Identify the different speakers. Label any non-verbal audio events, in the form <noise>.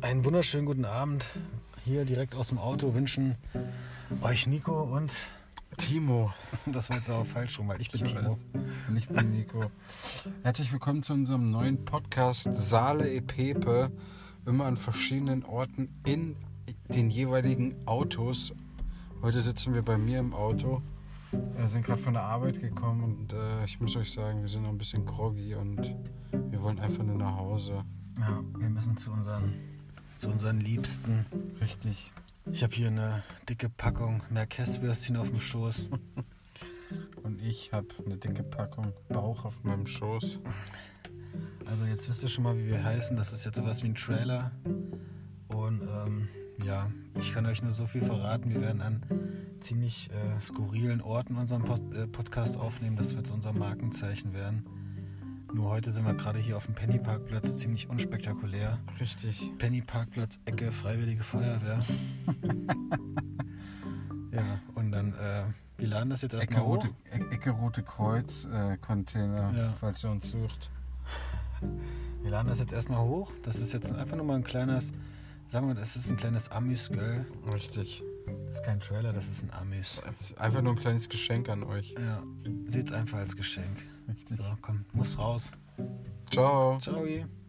Speaker 1: Einen wunderschönen guten Abend hier direkt aus dem Auto wünschen euch Nico und <laughs>
Speaker 2: Timo.
Speaker 1: das war jetzt auch falsch rum, weil ich bin Timo.
Speaker 2: Und ich bin Nico. Herzlich willkommen zu unserem neuen Podcast Saale Epepe. Immer an verschiedenen Orten in den jeweiligen Autos. Heute sitzen wir bei mir im Auto. Wir sind gerade von der Arbeit gekommen und äh, ich muss euch sagen, wir sind noch ein bisschen groggy und wir wollen einfach nur nach Hause.
Speaker 1: Ja, wir müssen zu unseren, zu unseren Liebsten.
Speaker 2: Richtig.
Speaker 1: Ich habe hier eine dicke Packung Merkesswürstchen auf dem Schoß.
Speaker 2: Und ich habe eine dicke Packung Bauch auf meinem Schoß.
Speaker 1: Also jetzt wisst ihr schon mal, wie wir heißen. Das ist jetzt sowas wie ein Trailer. Und ähm, ja, ich kann euch nur so viel verraten. Wir werden an ziemlich äh, skurrilen Orten unseren Post, äh, Podcast aufnehmen. Das wird zu unserem Markenzeichen werden. Nur heute sind wir gerade hier auf dem Pennyparkplatz, ziemlich unspektakulär.
Speaker 2: Richtig.
Speaker 1: Pennyparkplatz, Ecke, Freiwillige Feuerwehr. <laughs> ja, und dann, äh, wir laden das jetzt
Speaker 2: Ecke
Speaker 1: erstmal hoch.
Speaker 2: Rote, E- Ecke Rote Kreuz äh, Container,
Speaker 1: Ja.
Speaker 2: falls ihr uns sucht.
Speaker 1: Wir laden das jetzt erstmal hoch. Das ist jetzt einfach nur mal ein kleines, sagen wir mal, das ist ein kleines Amüs, gell?
Speaker 2: Richtig.
Speaker 1: Das ist kein Trailer, das ist ein Amüs.
Speaker 2: Das ist einfach nur ein kleines Geschenk an euch.
Speaker 1: Ja, seht's einfach als Geschenk.
Speaker 2: Richtig.
Speaker 1: So, komm, muss raus.
Speaker 2: Ciao.
Speaker 1: Ciao. ihr.